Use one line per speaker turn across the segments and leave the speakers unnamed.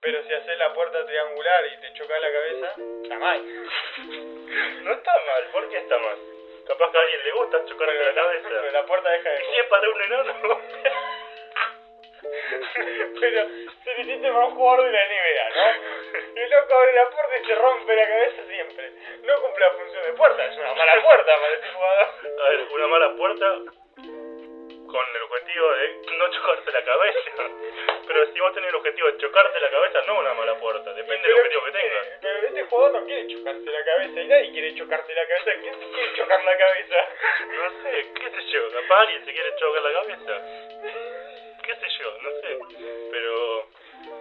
Pero si haces la puerta triangular y te chocas la cabeza, está mal.
No está mal, ¿por qué está mal? Capaz que a alguien le gusta chocarme la cabeza.
Pero la puerta deja de...
Y si es para un enano.
Pero se lo hiciste para un jugador de la NBA, ¿no? El loco abre la puerta y se rompe la cabeza siempre. No cumple la función de puerta, es una mala puerta para este jugador.
A ver, una mala puerta con el objetivo de no chocarte la cabeza. Pero si vos tenés el objetivo de chocarte la cabeza, no una mala puerta. Depende del
Pero
objetivo que tengas.
Pero este jugador no quiere chocarse la cabeza y nadie quiere chocarse la cabeza. ¿Quién se quiere chocar la cabeza?
No sé, qué sé yo, capaz alguien se quiere chocar la cabeza. Qué sé yo, no sé. Pero,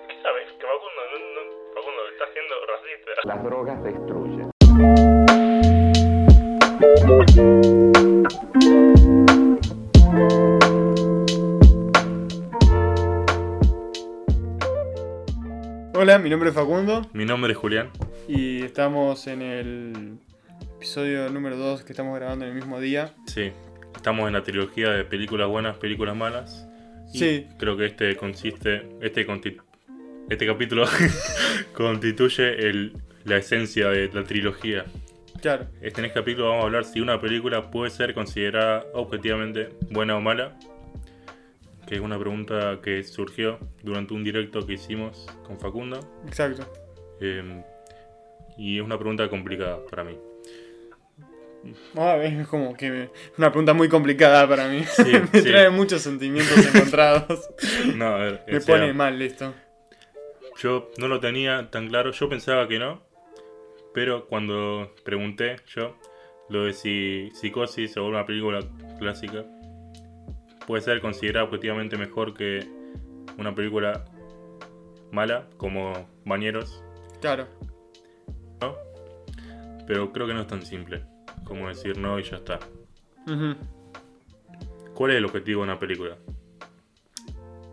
¿qué sabes? Que Facundo, no, no, Facundo está siendo racista.
Las drogas destruyen.
Hola, mi nombre es Facundo
Mi nombre es Julián.
y estamos en el episodio número 2 que estamos grabando en el mismo día.
Sí, estamos en la trilogía de películas buenas, películas malas. Y
Sí.
Creo que este consiste, este conti- este capítulo constituye el, la esencia de la trilogía.
Claro,
Este, en este capítulo vamos a hablar si una película puede ser considerada objetivamente buena o mala. Que es una pregunta que surgió durante un directo que hicimos con Facundo.
exacto.
eh, y es una pregunta complicada para mí.
Ah, es como que me- una pregunta muy complicada para mí.
Sí,
me
sí.
trae muchos sentimientos encontrados.
No, a ver,
me
o sea,
pone mal esto.
Yo no lo tenía tan claro, yo pensaba que no, pero cuando pregunté yo lo de si Psicosis o una película clásica puede ser considerada objetivamente mejor que una película mala como Bañeros,
Claro.
¿no? Pero creo que no es tan simple como decir no y ya está.
Ujú.
¿Cuál es el objetivo de una película?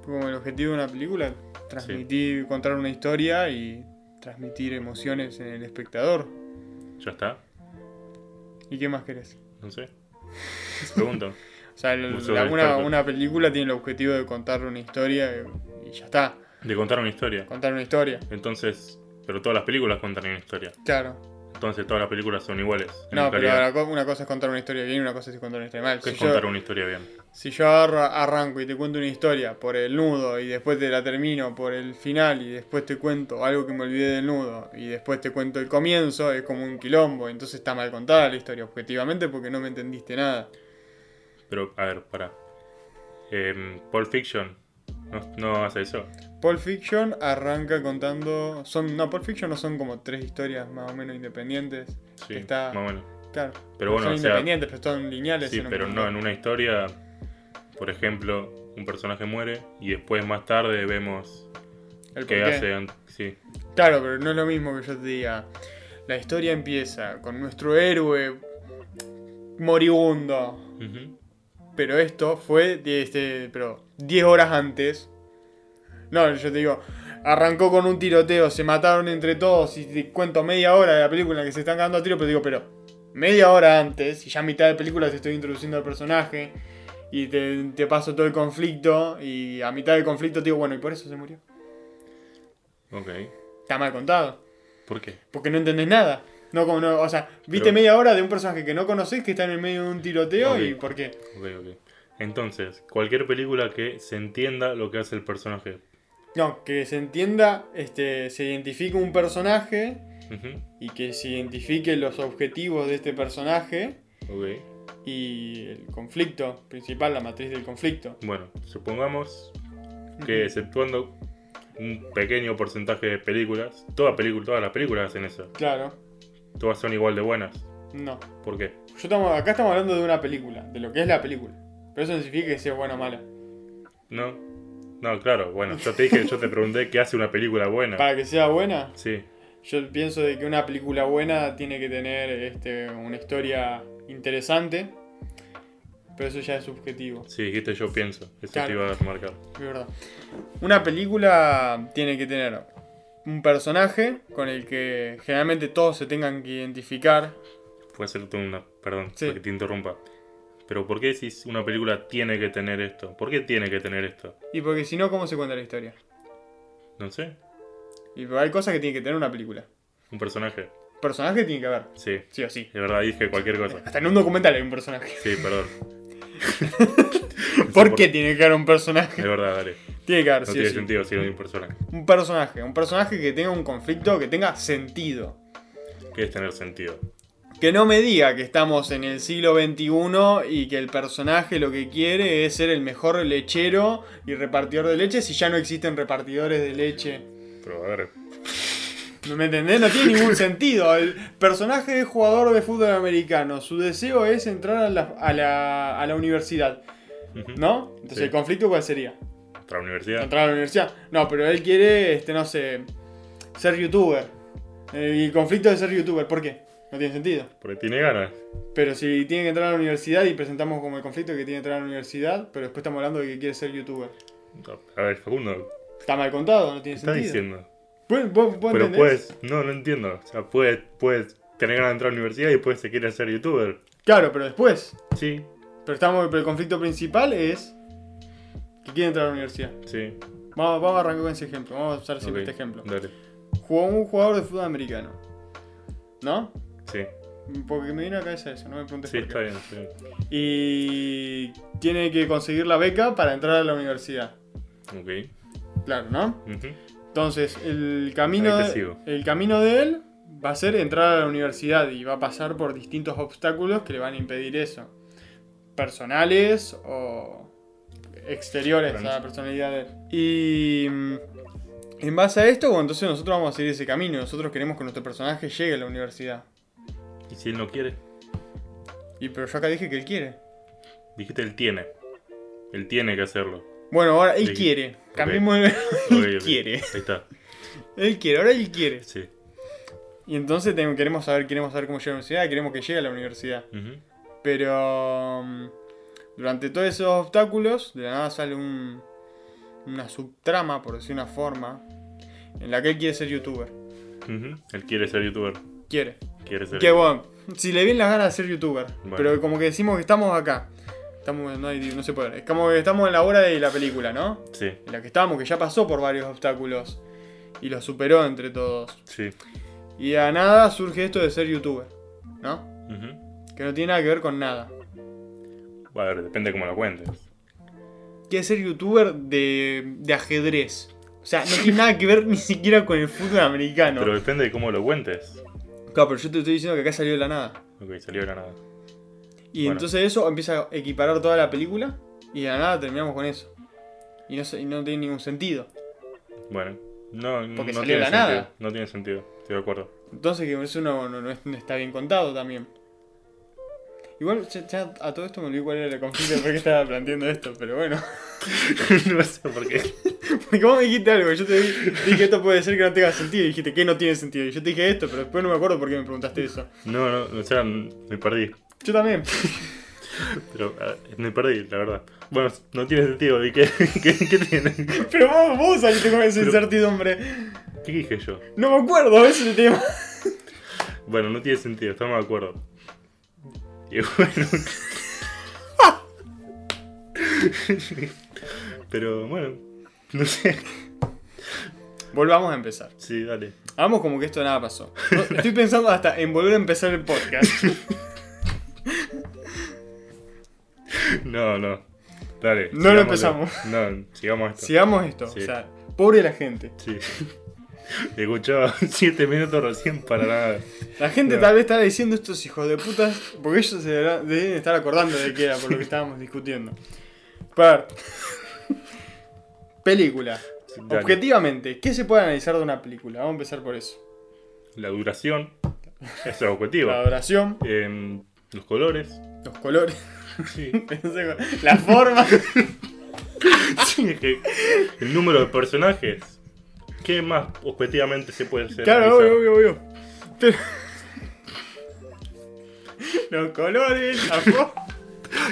Como el objetivo de una película, transmitir, contar una historia y transmitir emociones en el espectador.
¿Ya está?
¿Y qué más querés?
No sé. Pregunto.
O sea, el-
Mucho
la- una,
experto.
una película tiene el objetivo de contar una historia eh, y ya está.
De contar una historia.
Contar una historia.
Entonces, pero todas las películas cuentan una historia.
Claro.
Entonces todas las películas son iguales. En
No, pero
calidad.
la co- una cosa es contar una historia bien y una cosa es contar una historia mal. Si
¿Qué es
yo-
contar una historia bien?
Si yo agarro- arranco y te cuento una historia por el nudo y después te la termino por el final y después te cuento algo que me olvidé del nudo y después te cuento el comienzo, es como un quilombo, entonces está mal contada la historia objetivamente porque no me entendiste nada.
Pero, a ver, para. Eh, Paul Fiction no, no hace eso.
Pulp Fiction arranca contando... Son, no, Pulp Fiction no son como tres historias más o menos independientes.
Sí,
que está,
más o menos.
claro,
Pero bueno,
son
o sea,
independientes, pero son lineales.
Sí,
en un
pero
punto.
no, en una historia, por ejemplo, un personaje muere y después más tarde vemos
El
qué
porqué.
hace. an- Sí,
Claro, pero no es lo mismo que yo te diga. La historia empieza con nuestro héroe moribundo.
Ujú.
Pero esto fue de este, pero 10 horas antes. No, yo te digo, arrancó con un tiroteo, se mataron entre todos y te cuento media hora de la película en la que se están cagando a tiro, pero digo, pero media hora antes y ya a mitad de película te estoy introduciendo al personaje y te, te paso todo el conflicto y a mitad del conflicto te digo, bueno, y por eso se murió.
ok.
Está mal contado.
¿Por qué?
Porque no entendés nada. No, como no, o sea, viste
Pero-
media hora de un personaje que no conocés que está en el medio de un tiroteo
Ok.
y por qué.
Ok, ok. Entonces, cualquier película que se entienda lo que hace el personaje.
No, que se entienda, este, se identifique un personaje
Ujú.
y que se identifique los objetivos de este personaje
Ok.
y el conflicto principal, la matriz del conflicto.
Bueno, supongamos que exceptuando un pequeño porcentaje de películas, toda película, todas las películas hacen eso.
Claro,
Todas son igual de buenas.
no.
¿Por qué?
Yo estamos, acá estamos hablando de una película, de lo que es la película. Pero eso no significa que sea buena o mala.
No. No, claro, bueno, yo te dije, yo te pregunté qué hace una película buena.
Para que sea buena,
Sí,
Yo pienso de que una película buena tiene que tener este, una historia interesante, pero eso ya es subjetivo,
sí, dijiste yo pienso. Eso te
Claro.
iba a remarcar.
es verdad. Una película tiene que tener un personaje con el que generalmente todos se tengan que identificar.
Puede ser tú una. Perdón,
Sí.
para que te interrumpa. Pero ¿por qué decís una película tiene que tener esto? ¿Por qué tiene que tener esto?
Y porque si no, ¿cómo se cuenta la historia?
No sé.
Y pero hay cosas que tiene que tener una película.
Un personaje.
Personaje tiene que haber,
Sí.
sí o sí.
De verdad dije cualquier cosa.
Hasta en un documental hay un personaje.
Sí, perdón.
¿Por qué tiene que haber un personaje?
De verdad, dale.
Tiene que haber,
No
sí o
tiene
sí.
sentido si no hay un personaje.
Un personaje, un personaje que tenga un conflicto, que tenga sentido.
Que es tener sentido.
Que no me diga que estamos en el siglo XXI y que el personaje lo que quiere es ser el mejor lechero y repartidor de leche si ya no existen repartidores de leche.
Pero a ver.
¿No me entendés? No tiene ningún sentido. El personaje es jugador de fútbol americano. Su deseo es entrar a la, a la, a la universidad.
Ujú.
¿No? Entonces,
Sí.
¿el conflicto cuál sería?
Otra universidad.
Entrar a la universidad. No, pero él quiere, este, no sé, ser youtuber. Eh, Y el conflicto de ser youtuber, ¿por qué? No tiene sentido.
Porque tiene ganas.
Pero si tiene que entrar a la universidad y presentamos como el conflicto que tiene que entrar a la universidad, pero después estamos hablando de que quiere ser youtuber.
No, A ver, Facundo,
Está mal contado, no tiene
¿qué estás
sentido.
diciendo?
Bueno, vos- vos
Pero
entendés.
pues. puedes. No, no entiendo. O sea, puedes, puedes tener ganas de entrar a la universidad y después se quiere ser youtuber.
Claro, pero después.
Sí,
Pero, estamos, pero el conflicto principal es que quiere entrar a la universidad.
sí.
Vamos, vamos a arrancar con ese ejemplo. Vamos a usar siempre
ok,
este ejemplo.
Dale.
Jugó un jugador de fútbol americano. ¿No?
Sí,
Porque me vino a la cabeza eso, no me preguntes
sí,
por qué.
está bien. está bien.
Y tiene que conseguir la beca para entrar a la universidad.
Ok.
Claro, ¿no?
Ujú.
Entonces, el camino,
Ahí te sigo.
el camino de él va a ser entrar a la universidad y va a pasar por distintos obstáculos que le van a impedir eso. Personales o exteriores a la personalidad de él. Y mm, en base a esto, bueno, entonces nosotros vamos a seguir ese camino. Nosotros queremos que nuestro personaje llegue a la universidad.
¿Y si él no quiere?
Y pero yo acá dije que él quiere.
Dijiste él tiene. Él tiene que hacerlo.
Bueno, ahora él
Sí.
quiere.
Ok.
Cambiemos el...
Ok,
él
ok.
quiere.
Ahí está.
Él quiere, ahora él quiere.
Sí.
Y entonces tenemos- queremos saber, queremos saber cómo llega a la universidad, queremos que llegue a la universidad.
Ujú.
Pero mm, durante todos esos obstáculos, de la nada sale un, una subtrama, por decir una forma, en la que él quiere ser youtuber.
Ujú. Él quiere ser youtuber.
Quiere.
Quiere ser
Que bueno, si le vienen las ganas de ser youtuber,
Bueno.
pero como que decimos que estamos acá. Estamos, no, hay- no se puede. Estamos, estamos en la hora de la película, ¿no?
Sí,
En la que estábamos, que ya pasó por varios obstáculos y los superó entre todos.
sí.
Y de la nada surge esto de ser youtuber, ¿no?
Ujú.
Que no tiene nada que ver con nada.
A ver, depende cómo lo cuentes.
quiere ser youtuber de, de ajedrez. O sea, no tiene nada que ver ni siquiera con el fútbol americano.
Pero depende de cómo lo cuentes.
Claro, pero yo te estoy diciendo que acá salió de la nada.
Ok, salió de la nada.
Y
Bueno.
entonces eso empieza a equiparar toda la película y de la nada terminamos con eso. Y no, sé- y no tiene ningún sentido.
Bueno, no, no
Porque
tiene
salió de la
sentido.
nada.
No tiene sentido, estoy de acuerdo.
Entonces que eso no, no- no es- no está bien contado también. Igual ya- ya a todo esto me olvidé cuál era el conflicto por qué estaba planteando esto, pero bueno.
no sé por qué.
Porque vos me dijiste algo, yo te di- dije esto puede ser que no tenga sentido y dijiste que no tiene sentido. Y yo te dije esto, pero después no me acuerdo por qué me preguntaste eso.
No, no, o sea, me perdí.
Yo también.
Pero a ver, me perdí, la verdad. Bueno, no tiene sentido. ¿Y qué, qué, qué tiene? ¿Qué
Pero vos, vos saliste con esa
Pero-
incertidumbre.
dije yo?
No me acuerdo ese tema.
Bueno, no tiene sentido, estamos de acuerdo. Y bueno. Pero bueno, no sé.
Volvamos a empezar.
Sí, dale.
Hagamos como que esto nada pasó. No, Estoy pensando hasta en volver a empezar el podcast.
No, no. Dale.
No lo
sigámoslo. No, sigamos esto.
Sigamos esto.
Sí.
O sea, pobre la gente.
Sí. Escuchaba 7 minutos recién para nada.
La gente
No.
tal vez estará diciendo estos hijos de putas porque ellos se deberá- deben estar acordando de qué era por lo que estábamos discutiendo. Par. Película.
Dale.
Objetivamente, ¿qué se puede analizar de una película? Vamos a empezar por eso.
La duración. Eso es el objetivo.
La adoración,
Em, los colores.
los colores,
Sí.
la forma.
es que el número de personajes. ¿Qué más objetivamente se puede hacer?
Claro,
analizar?
obvio, obvio, obvio. Pero... Los colores, la fo-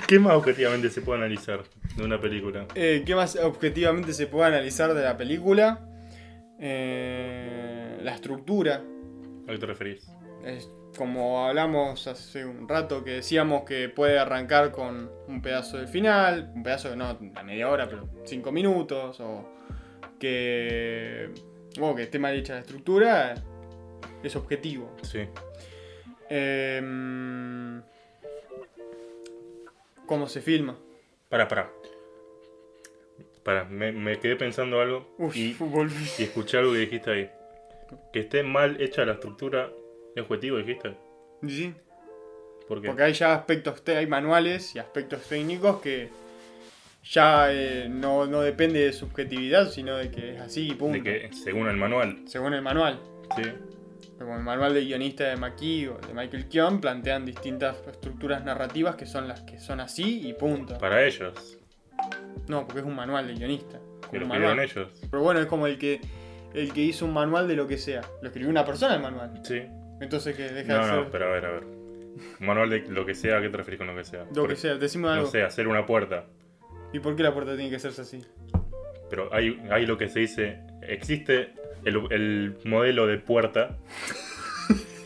¿Qué más objetivamente se puede analizar de una película?
Eh, ¿Qué más objetivamente se puede analizar de la película? Eh, la estructura.
¿A qué te referís?
Es como hablamos hace un rato, que decíamos que puede arrancar con un pedazo del final, un pedazo, no, la media hora, pero cinco minutos, o que o que esté mal hecha la estructura, es objetivo.
Sí.
Em, ¿Cómo se filma?
Para, para. Para, me, me quedé pensando algo
Uf,
y,
fútbol.
y escuché algo que dijiste ahí. Que esté mal hecha la estructura es objetivo, dijiste.
Sí,
Porque,
Porque hay ya aspectos, te- hay manuales y aspectos técnicos que ya eh, no, no depende de subjetividad, sino de que es así y punto.
de que, según el manual,
Según el manual.
sí,
Como el manual de guionista de McKee o de Michael Keown plantean distintas estructuras narrativas que son las que son así y punto.
para ellos,
No, porque es un manual de guionista.
que
un
lo
manual.
escribieron ellos.
Pero bueno, es como el que el que hizo un manual de lo que sea. Lo escribió una persona el manual.
Sí.
Entonces que deja de
No,
ser
no, pero a ver, a ver. Manual de lo que sea, ¿a qué te refieres con lo que sea?
lo que
Porque,
sea, decime algo.
No sé, hacer una puerta.
¿Y por qué la puerta tiene que hacerse así?
Pero hay, hay lo que se dice, existe el, el modelo de puerta.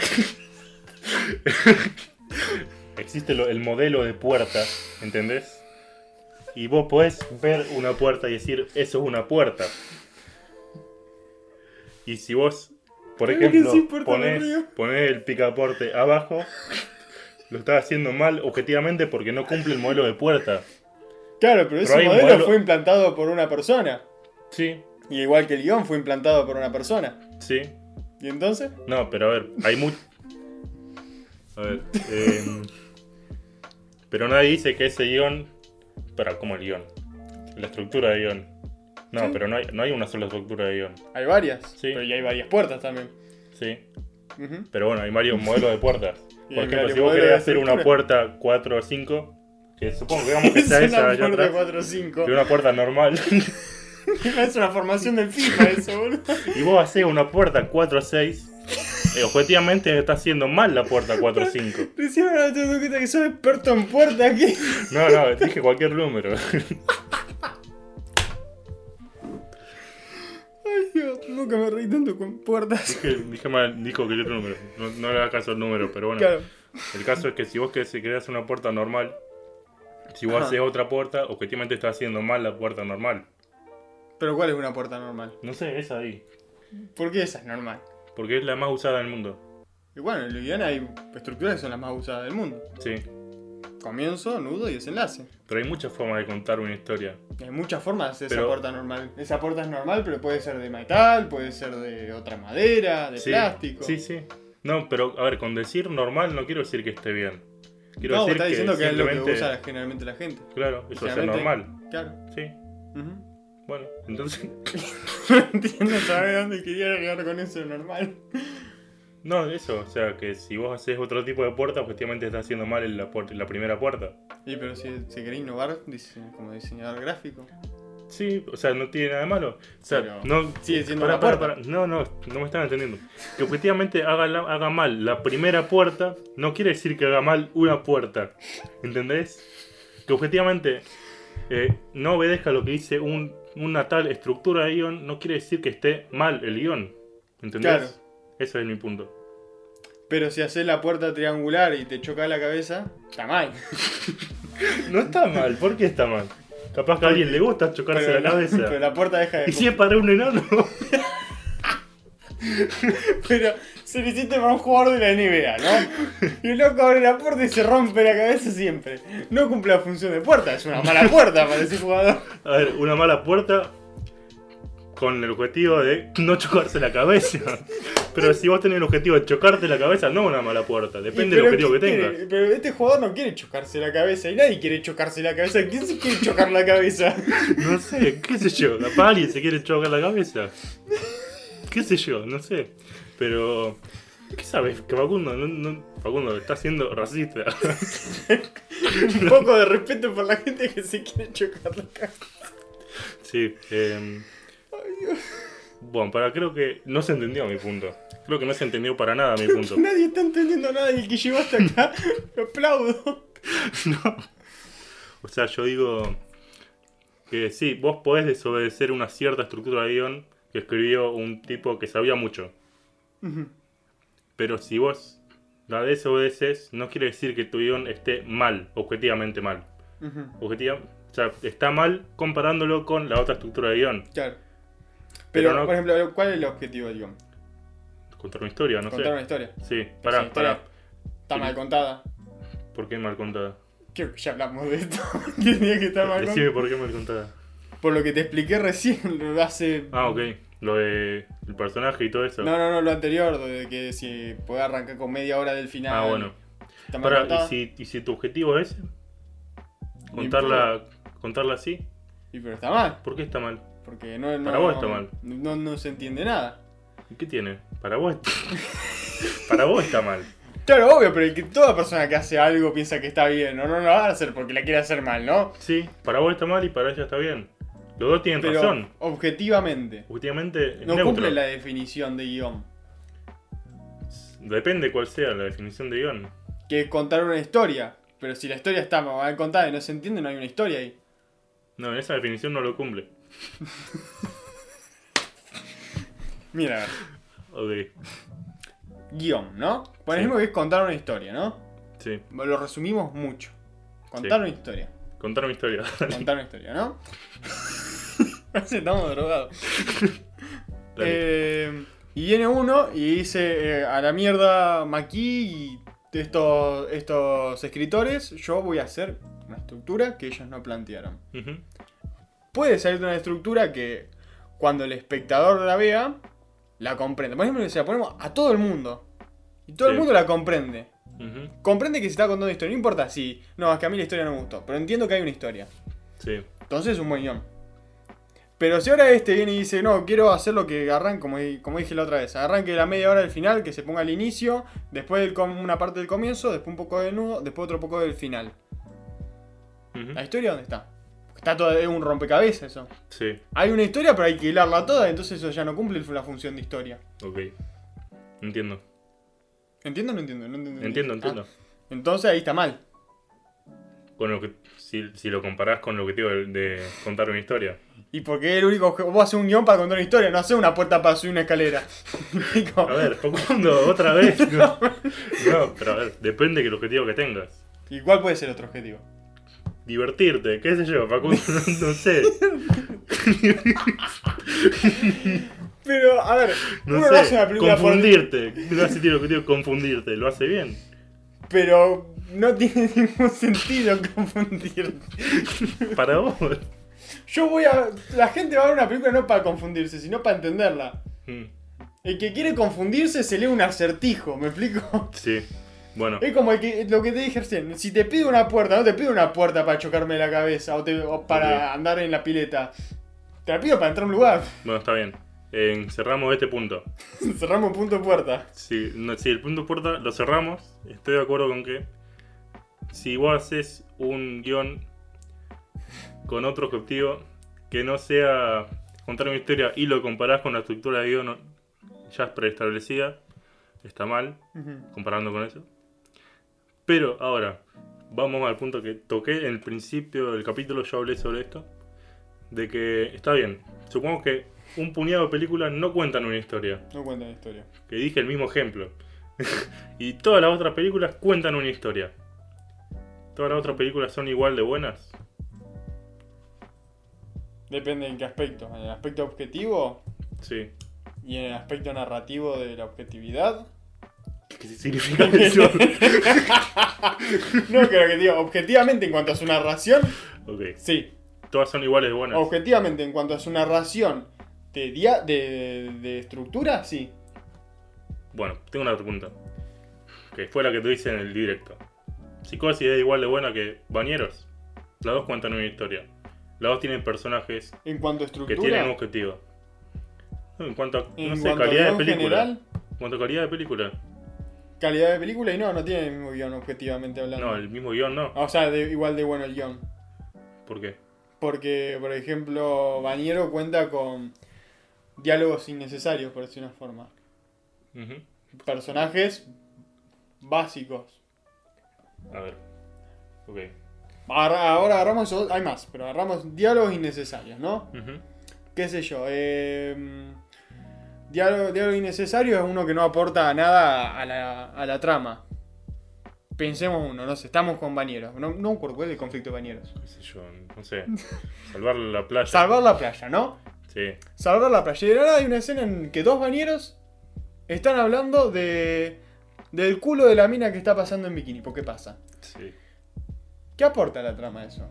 existe lo- el modelo de puerta, ¿entendés? Y vos podés ver una puerta y decir, eso es una puerta. Y si vos, por
Creo que
ejemplo,
sí, Puerta del
ponés,
Río.
ponés el picaporte abajo, lo estás haciendo mal objetivamente porque no cumple el modelo de puerta.
Claro, pero ese
hay un
modelo,
modelo-
fue implantado por una persona.
Sí,
Y igual que el guión fue implantado por una persona.
sí,
¿Y entonces?
No, pero a ver, hay mucho. A ver. em, pero nadie dice que ese guión. Para, ¿cómo el guión? La estructura de guión. No,
Sí.
pero no hay, no hay una sola estructura de guión.
Hay varias.
Sí.
Pero y hay varias puertas también.
Sí.
Ujú.
Pero bueno, hay varios modelos de puertas.
Y
Por
hay
ejemplo,
varios
si vos
modelos
querés
de
hacer una puerta 4 o 5, que supongo que vamos que
Es
sea esa
una
allá
puerta
atrás,
4 5.
y una puerta normal,
es una formación del FIFA eso, boludo.
y vos haces una puerta 4 o 6, objetivamente está haciendo mal la puerta 4 o 5.
Recién ahora te das cuenta que sos experto en puertas aquí.
No, no, dije cualquier número.
Ay, Dios, nunca me reí tanto con puertas.
Dije, dije mal, dijo que yo otro número. No, no le hagas caso al número, pero bueno.
Claro.
El caso es que si vos querés, si querés hacer una puerta normal, si vos
Ajá.
haces otra puerta, objetivamente estás haciendo mal la puerta normal.
Pero ¿cuál es una puerta normal?
No sé, es ahí.
¿Por qué esa es normal?
Porque es la más usada del mundo.
Y bueno, en el guión hay estructuras que son las más usadas del mundo.
Sí.
Comienzo, nudo y desenlace.
Pero hay muchas formas de contar una historia.
Hay muchas formas de hacer esa
Pero-
puerta normal. Esa puerta es normal, pero puede ser de metal, puede ser de otra madera, de
sí.
plástico.
Sí, sí. No, pero a ver, con decir normal no quiero decir que esté bien. Quiero
no, vos
decir
estás diciendo que, es lo que
simplemente-
usa generalmente la gente.
Claro, eso es
Generalmente-
normal.
Claro.
Sí.
Ujú.
Bueno, entonces.
No entiendo todavía dónde quería llegar con eso de normal.
No, eso, o sea, que si vos haces otro tipo de puerta, objetivamente estás haciendo mal en la, puerta, la primera puerta.
Y pero si se querés innovar dise- como diseñador gráfico.
Sí, o sea, no tiene nada de malo. O sea,
Pero
no.
Sigue siendo
pará,
una
pará,
puerta.
pará. No, no, no me están entendiendo. Que objetivamente haga, la- haga mal la primera puerta no quiere decir que haga mal una puerta. ¿Entendés? Que objetivamente eh, no obedezca lo que dice un- una tal estructura de guión no quiere decir que esté mal el guión. ¿Entendés?
Claro.
Eso es mi punto.
Pero si haces la puerta triangular y te choca la cabeza, está mal.
No está mal, ¿por qué está mal? Capaz que a alguien le gusta chocarse
Pero
la cabeza.
Pero la puerta deja de.
¿Y si es para un enano?
Pero se lo hiciste para un jugador de la NBA, ¿no? Y el loco abre la puerta y se rompe la cabeza siempre. No cumple la función de puerta, es una mala puerta para ese jugador.
A ver, una mala puerta con el objetivo de no chocarse la cabeza. Pero si vos tenés el objetivo de chocarte la cabeza, no una mala puerta.
Y,
Depende
pero
del objetivo que
¿quién
tengas.
quiere? Pero este jugador no quiere chocarse la cabeza y nadie quiere chocarse la cabeza. ¿Quién se quiere chocar la cabeza?
No sé, qué sé yo. Capaz alguien se quiere chocar la cabeza. Qué sé yo, no sé. Pero... ¿Qué sabes? Que Facundo, no, no- Facundo está siendo racista.
Un poco de respeto por la gente que se quiere chocar la cabeza.
Sí. em, bueno, para creo que no se entendió mi punto. Creo que no se entendió para nada mi punto.
Nadie está entendiendo nada y el que llegó hasta acá lo aplaudo.
No. O sea, yo digo que sí, vos podés desobedecer una cierta estructura de guión que escribió un tipo que sabía mucho.
Ujú.
Pero si vos la desobedeces, no quiere decir que tu guión esté mal, objetivamente mal.
Ujú.
Objetiva, o sea, está mal comparándolo con la otra estructura de guión.
Claro. Pero,
Pero no-
por ejemplo, ¿cuál es el objetivo del guión?
Contar una historia, no
Contar una
sé.
historia.
Sí,
Esa
pará,
historia
pará.
Está mal contada.
¿Por qué mal contada?
Creo que ya hablamos de esto. que tenía que estar mal
Decime
contada.
por qué mal contada.
Por lo que te expliqué recién, hace.
Ah, ok. Lo de el personaje y todo eso.
No, no, no, lo anterior, de que si puede arrancar con media hora del final.
ah, bueno.
Está mal
Pará,
contada.
¿y si, ¿y si tu objetivo es ese?
Y
Contarla, contarla así.
Y pero está mal,
¿Por qué está mal?
porque no, no-
Para vos
no-
está mal.
No, no se entiende nada.
¿Y qué tiene? Para vos. Para vos está mal.
Claro, obvio, pero que toda persona que hace algo piensa que está bien, o no lo va a hacer porque la quiere hacer mal, ¿no?
Sí, para vos está mal y para ella está bien. Los dos tienen
Pero
razón.
objetivamente,
Últimamente es
no
neutro.
cumple la definición de guión,
Depende cuál sea la definición de guión.
que es contar una historia. Pero si la historia está mal contada y no se entiende, no hay una historia ahí.
No, en esa definición no lo cumple.
Mira,
Ok,
guión, ¿no? Por
Sí.
ejemplo, que es contar una historia, ¿no?
sí.
Lo resumimos mucho. Contar una historia.
Contar mi historia.
Contar una historia, ¿no? Parece que estamos drogados.
Dale.
Eh, y viene uno y dice, eh, a la mierda Maquis y estos, estos escritores, yo voy a hacer una estructura que ellos no plantearon.
Ujú.
Puede salir de una estructura que cuando el espectador la vea, la comprenda. Por ejemplo, se la ponemos a todo el mundo. Y todo el
Sí.
mundo la comprende.
Ujú.
Comprende que se está contando una historia. No importa si... No, es que a mí la historia no me gustó. Pero entiendo que hay una historia.
Sí.
Entonces es un buen guión. Pero si ahora este viene y dice, no, quiero hacer lo que agarran, como, di- como dije la otra vez, arranque la media hora del final, que se ponga al inicio, después del com- una parte del comienzo, después un poco del nudo, después otro poco del final.
Ujú.
¿La historia dónde está? Está todo, es un rompecabezas eso.
Sí,
Hay una historia, pero hay que hilarla toda, entonces eso ya no cumple la función de historia.
ok. Entiendo.
¿Entiendo o no entiendo? No entiendo,
Entiendo, entiendo.
Ah, entonces ahí está mal.
Con lo que, si, si lo comparás con el objetivo de, de contar una historia.
Y porque el único que vos haces un guión para contar una historia, no haces una puerta para subir una escalera.
A ver, Facundo, otra vez. No. No, pero a ver, depende del objetivo que tengas.
¿Y cuál puede ser otro objetivo?
Divertirte, qué sé yo, Facundo, no, no sé.
Pero, a ver,
No
uno no hace una
sé.
película por-
Confundirte. No hace tiene el objetivo de confundirte, lo hace bien.
Pero no tiene ningún sentido confundir.
Para vos.
Yo voy a. La gente va a ver una película no para confundirse, sino para entenderla.
Mm,
El que quiere confundirse se lee un acertijo, ¿me explico?
Sí. Bueno,
Es como el que, lo que te dije recién. Si te pido una puerta, no te pido una puerta para chocarme la cabeza o, te- o para andar en la pileta. Te la pido para entrar a un lugar.
bueno, está bien. Eh, cerramos este punto.
Cerramos punto puerta.
Si, no, si el punto puerta lo cerramos, estoy de acuerdo con que si vos haces un guión con otro objetivo que no sea contar una historia y lo comparás con la estructura de guión ya preestablecida, está mal
Ujú.
comparando con eso. Pero ahora, vamos al punto que toqué en el principio del capítulo, yo hablé sobre esto, de que está bien, supongo que un puñado de películas no cuentan una historia
No cuentan la historia.
que dije el mismo ejemplo. y todas las otras películas cuentan una historia. ¿Todas las otras películas son igual de buenas?
Depende en qué aspecto. En el aspecto objetivo
Sí.
y en el aspecto narrativo de la objetividad.
¿Qué significa eso?
No, creo que digo, objetivamente en cuanto a su narración,
ok.
sí.
Todas son iguales de buenas.
Objetivamente en cuanto a su narración de, dia- de, de estructura, sí.
Bueno, tengo una pregunta. Que fue la que te hice en el directo. Psicosis es igual de buena que Bañeros. Las dos cuentan una historia. Las dos tienen personajes
En cuanto a
que
estructura,
tienen un objetivo. En cuanto a,
en
no sé,
cuanto a
calidad de
guión
película.
general,
En cuanto a calidad de película.
calidad de película y no, no tiene el mismo guión objetivamente hablando.
No, el mismo guión no.
O sea, de- igual de bueno el guión.
¿Por qué?
Porque, por ejemplo, Bañero cuenta con diálogos innecesarios, por decir una forma.
Ujú.
Personajes básicos.
A ver. Ok.
Ahora, ahora agarramos, esos- hay más, pero agarramos diálogos innecesarios, ¿no?
Ujú.
qué sé yo, eh, diálogo, diálogo innecesario es uno que no aporta nada a la, a la trama. Pensemos uno, no sé, estamos con bañeros. No, no por cuál es el conflicto de bañeros.
Qué sé yo, no sé. Salvar la playa.
Salvar la playa, ¿no?
Sí.
salvar la playera. Ahora hay una escena en que dos bañeros están hablando de del culo de la mina que está pasando en bikini. ¿Por qué pasa?
Sí.
¿Qué aporta la trama a eso?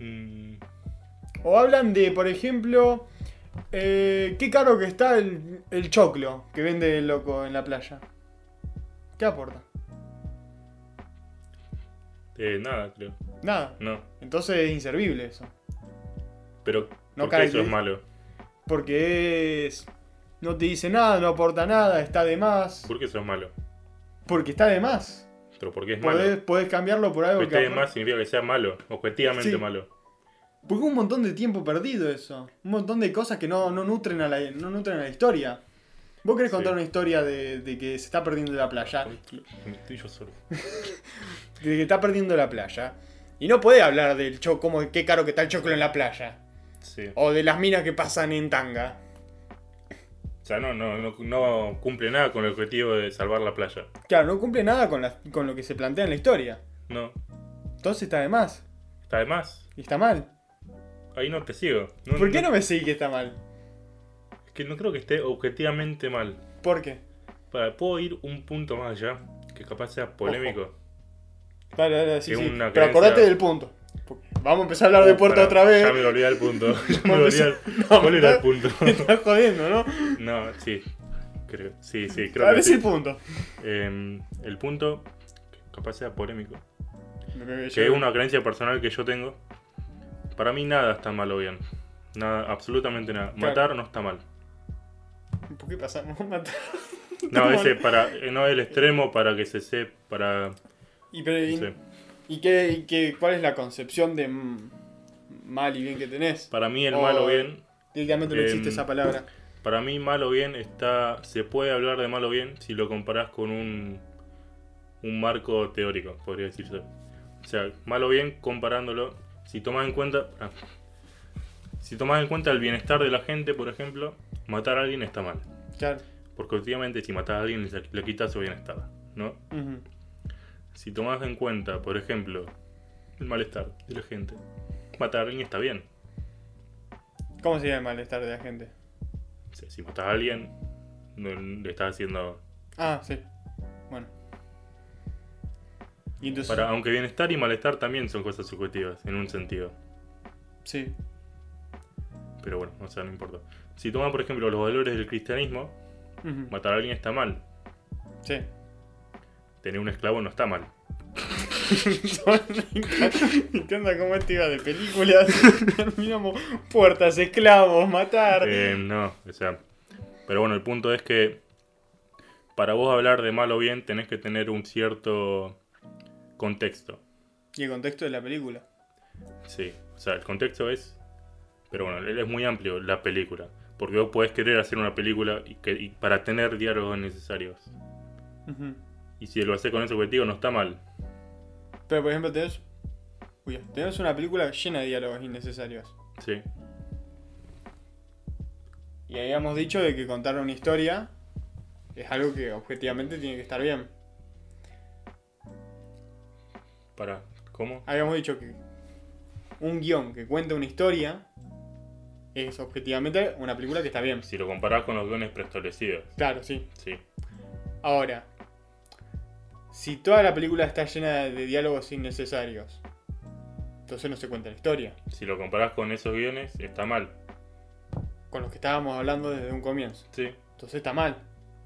Mm,
O hablan de, por ejemplo, eh, qué caro que está el, el choclo que vende el loco en la playa. ¿Qué aporta?
eh, nada, creo.
Nada.
No.
Entonces es inservible eso.
Pero
No
¿por qué eso
calles.
es malo?
Porque es... No te dice nada, no aporta nada, está de más.
¿Por qué eso es malo?
Porque está de más.
Pero ¿por qué es malo?
Podés, podés cambiarlo por algo
Que
que...
esté de
apor-
más significa que sea malo, objetivamente
Sí.
malo.
Porque un montón de tiempo perdido eso. Un montón de cosas que no, no, nutren, a la, no nutren a la historia. Vos querés contar
Sí.
una historia de, de que se está perdiendo la playa.
Me Estoy yo solo.
de que está perdiendo la playa. Y no puede hablar del cho como de qué caro que está el choclo en la playa.
Sí.
O de las minas que pasan en tanga.
O sea, no, no, no, no cumple nada con el objetivo de salvar la playa.
Claro, no cumple nada con, la- con lo que se plantea en la historia.
No.
Entonces está de más.
Está de más.
Y está mal.
Ahí no te sigo.
¿Por qué no me seguís que está mal?
Es que no creo que esté objetivamente mal.
¿Por qué?
Para, puedo ir un punto más allá, que capaz sea polémico.
Dale, dale, sí,
Es
sí. Pero
una creencia-
acordate del punto. Vamos a empezar a hablar de
Uh,
puerta
pará,
otra
Ya me
vez.
lo olvidé el punto. Ya me
Vamos a
lo olvidé al-
No,
¿Cuál era el
pará.
punto?
Me estás jodiendo, ¿no?
No, sí. Creo. Sí, sí, creo
A
que
ver
sí.
el punto.
Em, el punto, que capaz sea polémico.
Que
que es una creencia personal que yo tengo. Para mí nada está mal o bien. Nada, absolutamente nada.
Claro.
Matar no está mal.
¿Por qué pasamos a matar?
No, ese para, eh, no es el extremo para que se sepa. Para,
Y, pero, y-
no sé.
¿Y qué, y qué- cuál es la concepción de mm, mal y bien que tenés?
para mí el
O-
mal o bien.
Directamente no
Em,
existe esa palabra.
Para mí mal o bien está. Se puede hablar de mal o bien si lo comparás con un, un marco teórico, podría decirse. O sea, mal o bien comparándolo. Si tomás en cuenta. ah, si tomás en cuenta el bienestar de la gente, por ejemplo, matar a alguien está mal.
Claro.
Porque últimamente si matas a alguien le, le quitas su bienestar, ¿no?
Ujú.
Si tomas en cuenta, por ejemplo, el malestar de la gente, matar a alguien está bien.
¿Cómo sería el malestar de la gente?
O sea, si matas a alguien, no le estás haciendo...
Ah, sí. Bueno. Y entonces.
Para, aunque bienestar y malestar también son cosas subjetivas, en un sentido.
Sí.
Pero bueno, o sea, no importa. Si tomas, por ejemplo, los valores del cristianismo,
Ujú.
matar a alguien está mal.
Sí.
Tener un esclavo no está mal.
Me encanta- me encanta cómo esto iba de películas. Terminamos puertas, esclavos, matar.
Eh, no, o sea. Pero bueno, el punto es que para vos hablar de mal o bien tenés que tener un cierto contexto.
Y el contexto de la película.
Sí, o sea, el contexto es. Pero bueno, es muy amplio la película. Porque vos podés querer hacer una película y que- y para tener diálogos necesarios.
Ujú.
Y si lo haces con ese objetivo, no está mal.
Pero por ejemplo, tenés. Uy, tenés una película llena de diálogos innecesarios.
Sí,
Y habíamos dicho de que contar una historia es algo que objetivamente tiene que estar bien.
para. ¿Cómo?
Habíamos dicho que un guión que cuenta una historia es objetivamente una película que está bien.
Si lo comparás con los guiones preestablecidos.
Claro, sí.
Sí,
Ahora, si toda la película está llena de diálogos innecesarios, entonces no se cuenta la historia,
si lo comparás con esos guiones, está mal.
con los que estábamos hablando desde un comienzo.
Sí,
Entonces está mal.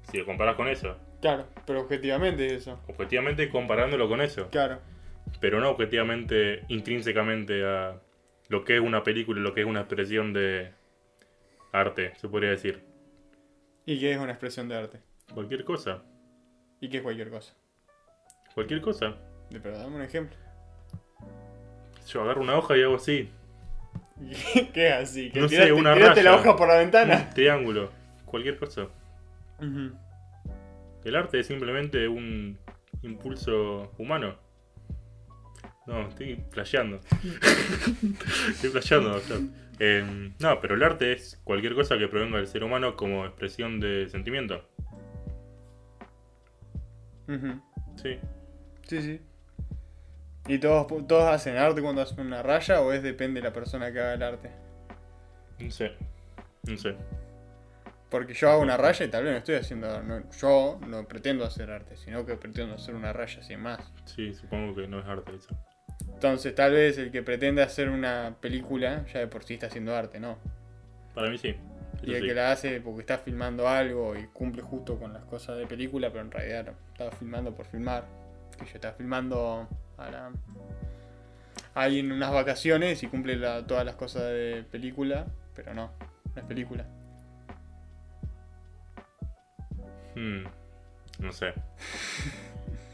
si lo comparás con eso.
Claro, pero objetivamente es eso.
Objetivamente comparándolo con eso.
Claro.
pero no objetivamente, intrínsecamente a lo que es una película, lo que es una expresión de arte, se podría decir.
Y que es una expresión de arte.
Cualquier cosa,
Y que es cualquier cosa.
cualquier cosa.
De- Pero dame un ejemplo.
Yo agarro una hoja y hago así,
¿Qué es así? ¿Que
No sé,
tiraste,
una
tiraste
raya.
la hoja por la
un
ventana?
triángulo, cualquier cosa. El arte es simplemente un impulso humano. No, estoy flasheando. estoy flasheando. o sea, eh, no, pero el arte es cualquier cosa que provenga del ser humano como expresión de sentimiento.
Ujú.
Sí.
Sí, sí. ¿Y todos, todos hacen arte cuando hacen una raya o es depende de la persona que haga el arte?
No sé. No sé.
Porque yo hago una raya y tal vez no estoy haciendo. no- yo no pretendo hacer arte, sino que pretendo hacer una raya sin más.
Sí, supongo que no es arte eso.
Entonces, tal vez el que pretende hacer una película ya de por sí está haciendo arte, ¿no?
Para mí sí. Eso
Y el
sí.
que la hace porque está filmando algo y cumple justo con las cosas de película, pero en realidad no, estaba filmando por filmar. Que yo estaba filmando a la- a alguien en unas vacaciones y cumple la- todas las cosas de película, pero no, no es película.
Hmm, No sé.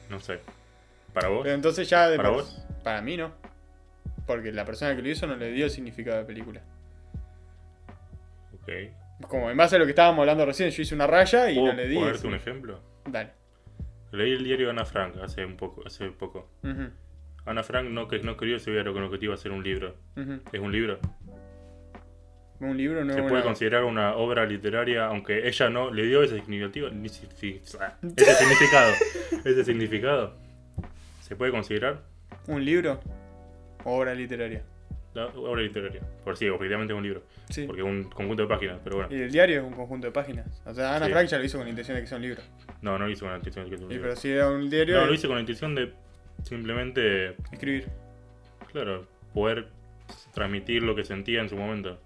No sé. ¿Para vos?
Pero entonces ya de
¿Para
por-
vos?
Para mí no. Porque la persona que lo hizo no le dio el significado de película.
Ok.
Como en base a lo que estábamos hablando recién, yo hice una raya y
¿Puedo
no le di.
ponerte
ese-
un ejemplo?
Dale.
Leí el diario de Ana Frank hace un poco, hace poco.
Ujú,
Ana Frank no, que- no escribió ese diario con el objetivo de hacer un libro.
ujú.
Es un libro.
Un libro no
Se
es
puede
una-
considerar una obra literaria, aunque ella no le dio ese significativo. ni si- si- Ese significado. Ese significado. Se puede considerar
Un libro. Obra literaria.
la obra literaria. Por sí, objetivamente es un libro.
Sí.
Porque es un conjunto de páginas, pero bueno.
Y el diario es un conjunto de páginas. O sea, Ana
Sí.
Frank ya lo hizo con la intención de que sea un libro.
No, no lo hice con la intención de que sea un
Y
libro.
pero si era un diario,
No, lo hice con la intención de simplemente,
escribir.
claro, poder transmitir lo que sentía en su momento.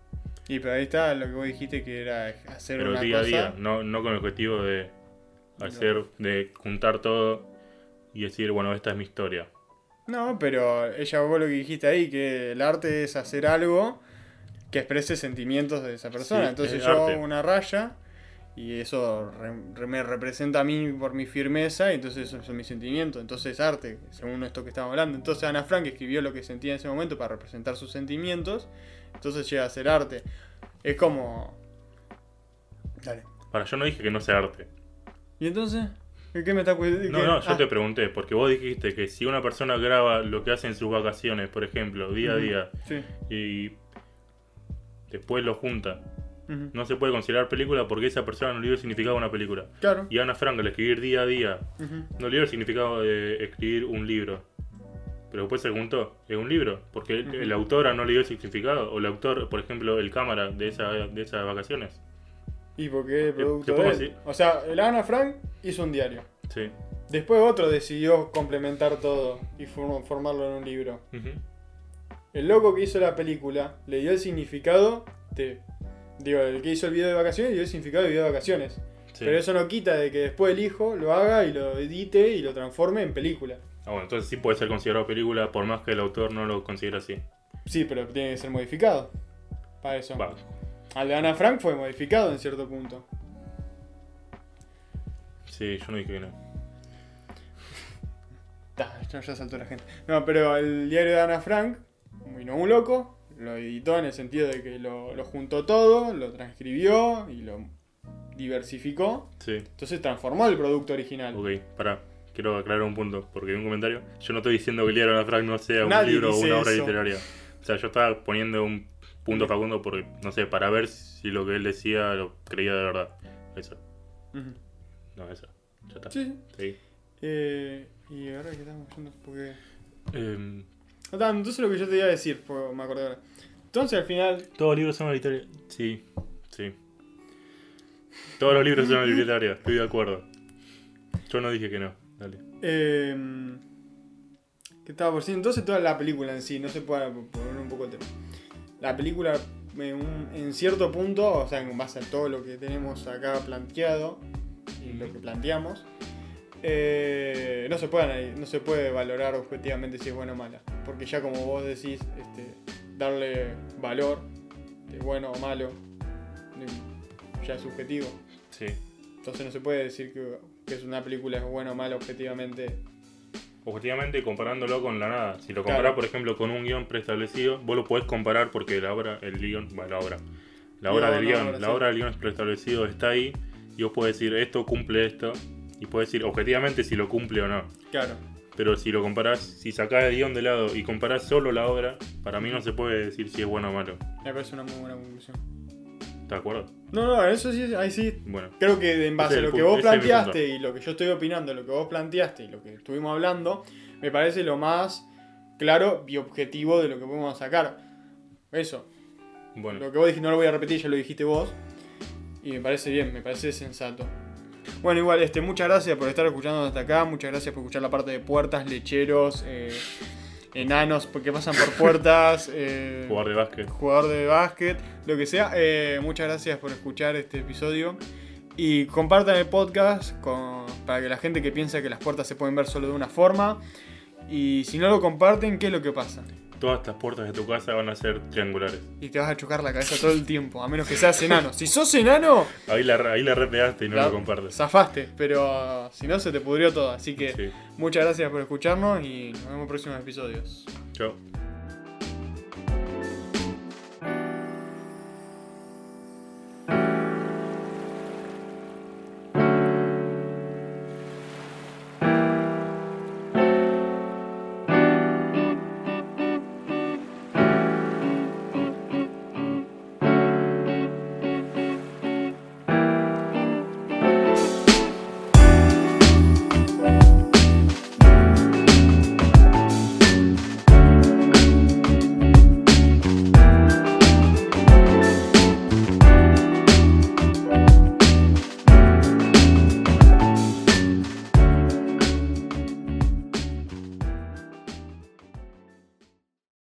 Y pero ahí está lo que vos dijiste que era hacer
Pero
una
día
cosa.
a día, no, no con el objetivo de hacer, de juntar todo y decir, bueno, esta es mi historia.
No, pero ella vos lo que dijiste ahí, que el arte es hacer algo que exprese sentimientos de esa persona.
Sí,
Entonces
es
yo hago
arte.
una raya y eso re- re- me representa a mí por mi firmeza y entonces esos son mis sentimientos. Entonces es arte, según esto que estamos hablando. Entonces Ana Frank escribió lo que sentía en ese momento para representar sus sentimientos. Entonces llega a ser arte. Es como... Dale.
Para yo no dije que no sea arte.
¿Y entonces? ¿De ¿Qué Ah. me está cuidando?
No, no, yo te pregunté, porque vos dijiste que si una persona graba lo que hace en sus vacaciones, por ejemplo, día a día,
Sí.
y después lo junta,
ujú.
no se puede considerar película porque esa persona no le dio el significado a una película.
Claro.
Y Ana Frank, al escribir día a día,
ujú.
no le dio el significado de escribir un libro. Pero después se preguntó, ¿es un libro? Porque el, el autora no le dio el significado. O el autor, por ejemplo, el cámara de, esa, de esas vacaciones.
Y porque es producto
te puedo
de él.
decir-
O sea, el Ana Frank hizo un diario.
Sí.
Después otro decidió complementar todo y form- formarlo en un libro.
Ujú.
El loco que hizo la película le dio el significado de... Digo, el que hizo el video de vacaciones le dio el significado de video de vacaciones.
Sí.
Pero eso no quita de que después el hijo lo haga y lo edite y lo transforme en película.
Ah, bueno, entonces sí puede ser considerado película por más que el autor no lo considere así.
Sí, pero tiene que ser modificado. Para eso.
Va,
Al de Ana Frank fue modificado en cierto punto.
sí, yo no dije que no.
Ta, ya- ya saltó la gente. No, pero el diario de Ana Frank, vino un loco, lo editó en el sentido de que lo, lo juntó todo, lo transcribió y lo diversificó.
Sí.
Entonces transformó el producto original.
Ok, pará. Quiero aclarar un punto, porque vi un comentario. Yo no estoy diciendo que el diario de Ana Frank no sea un
Nadie
libro o
dice
una obra
eso.
literaria. O sea, yo estaba poniendo un punto Facundo porque, no sé, para ver si lo que él decía lo creía de verdad. Eso,
Ujú.
no, eso. Ya está.
Sí.
Sí.
Eh, y ahora que estamos yendo, porque...
Em,
No, ta, entonces lo que yo te iba a decir, fue- me acordé ahora. Entonces al final...
Todos los libros son literarios. Sí, sí. Todos los libros son literarios, estoy de acuerdo. Yo no dije que no. Dale.
Eh, que estaba por sí. Entonces toda la película en sí, no se puede poner un poco el tema. La película en, un- en cierto punto, o sea, en base a todo lo que tenemos acá planteado, y lo que planteamos, eh, no, se puede, anali- no se puede valorar objetivamente si es buena o mala. Porque ya como vos decís, este, darle valor de bueno o malo de- ya es subjetivo.
Sí.
Entonces no se puede decir que, que es una película es buena o mala objetivamente
Objetivamente comparándolo con la nada. Si lo comparás,
Claro.
por ejemplo, con un guión preestablecido, vos lo podés comparar porque la obra, el guión, bueno, la obra. La obra
No,
del
no,
guión,
ahora
la
sí.
obra del guión preestablecido está ahí y vos podés decir esto cumple esto y podés decir objetivamente si lo cumple o no.
Claro.
Pero si lo comparás, si sacás el guión de lado y comparás solo la obra, para mí no se puede decir si es bueno o malo.
Me parece una muy buena conclusión.
¿Estás de acuerdo?
No, no, eso sí, ahí sí.
Bueno.
Creo que en base
Ese
a
es
lo
el
que
punto,
vos
ese es mi
planteaste y lo que yo estoy opinando, lo que vos planteaste y lo que estuvimos hablando, me parece lo más claro y objetivo de lo que podemos sacar. Eso.
Bueno,
Lo que vos dijiste no lo voy a repetir, ya lo dijiste vos. Y me parece bien, me parece sensato. Bueno, igual, este, muchas gracias por estar escuchando hasta acá. Muchas gracias por escuchar la parte de puertas, lecheros, eh, enanos porque pasan por puertas, eh,
jugar de básquet.
jugador de básquet, lo que sea. Eh, muchas gracias por escuchar este episodio. Y compartan el podcast con- para que la gente que piensa que las puertas se pueden ver solo de una forma. Y si no lo comparten, ¿qué es lo que pasa?
Todas estas puertas de tu casa van a ser triangulares.
Y te vas a chocar la cabeza todo el tiempo, a menos que seas enano. Si sos enano,
Ahí la, ahí la repegaste y no
la-
lo compartes.
zafaste, pero si no se te pudrió todo. Así que
Sí.
muchas gracias por escucharnos y nos vemos en próximos episodios.
Chao.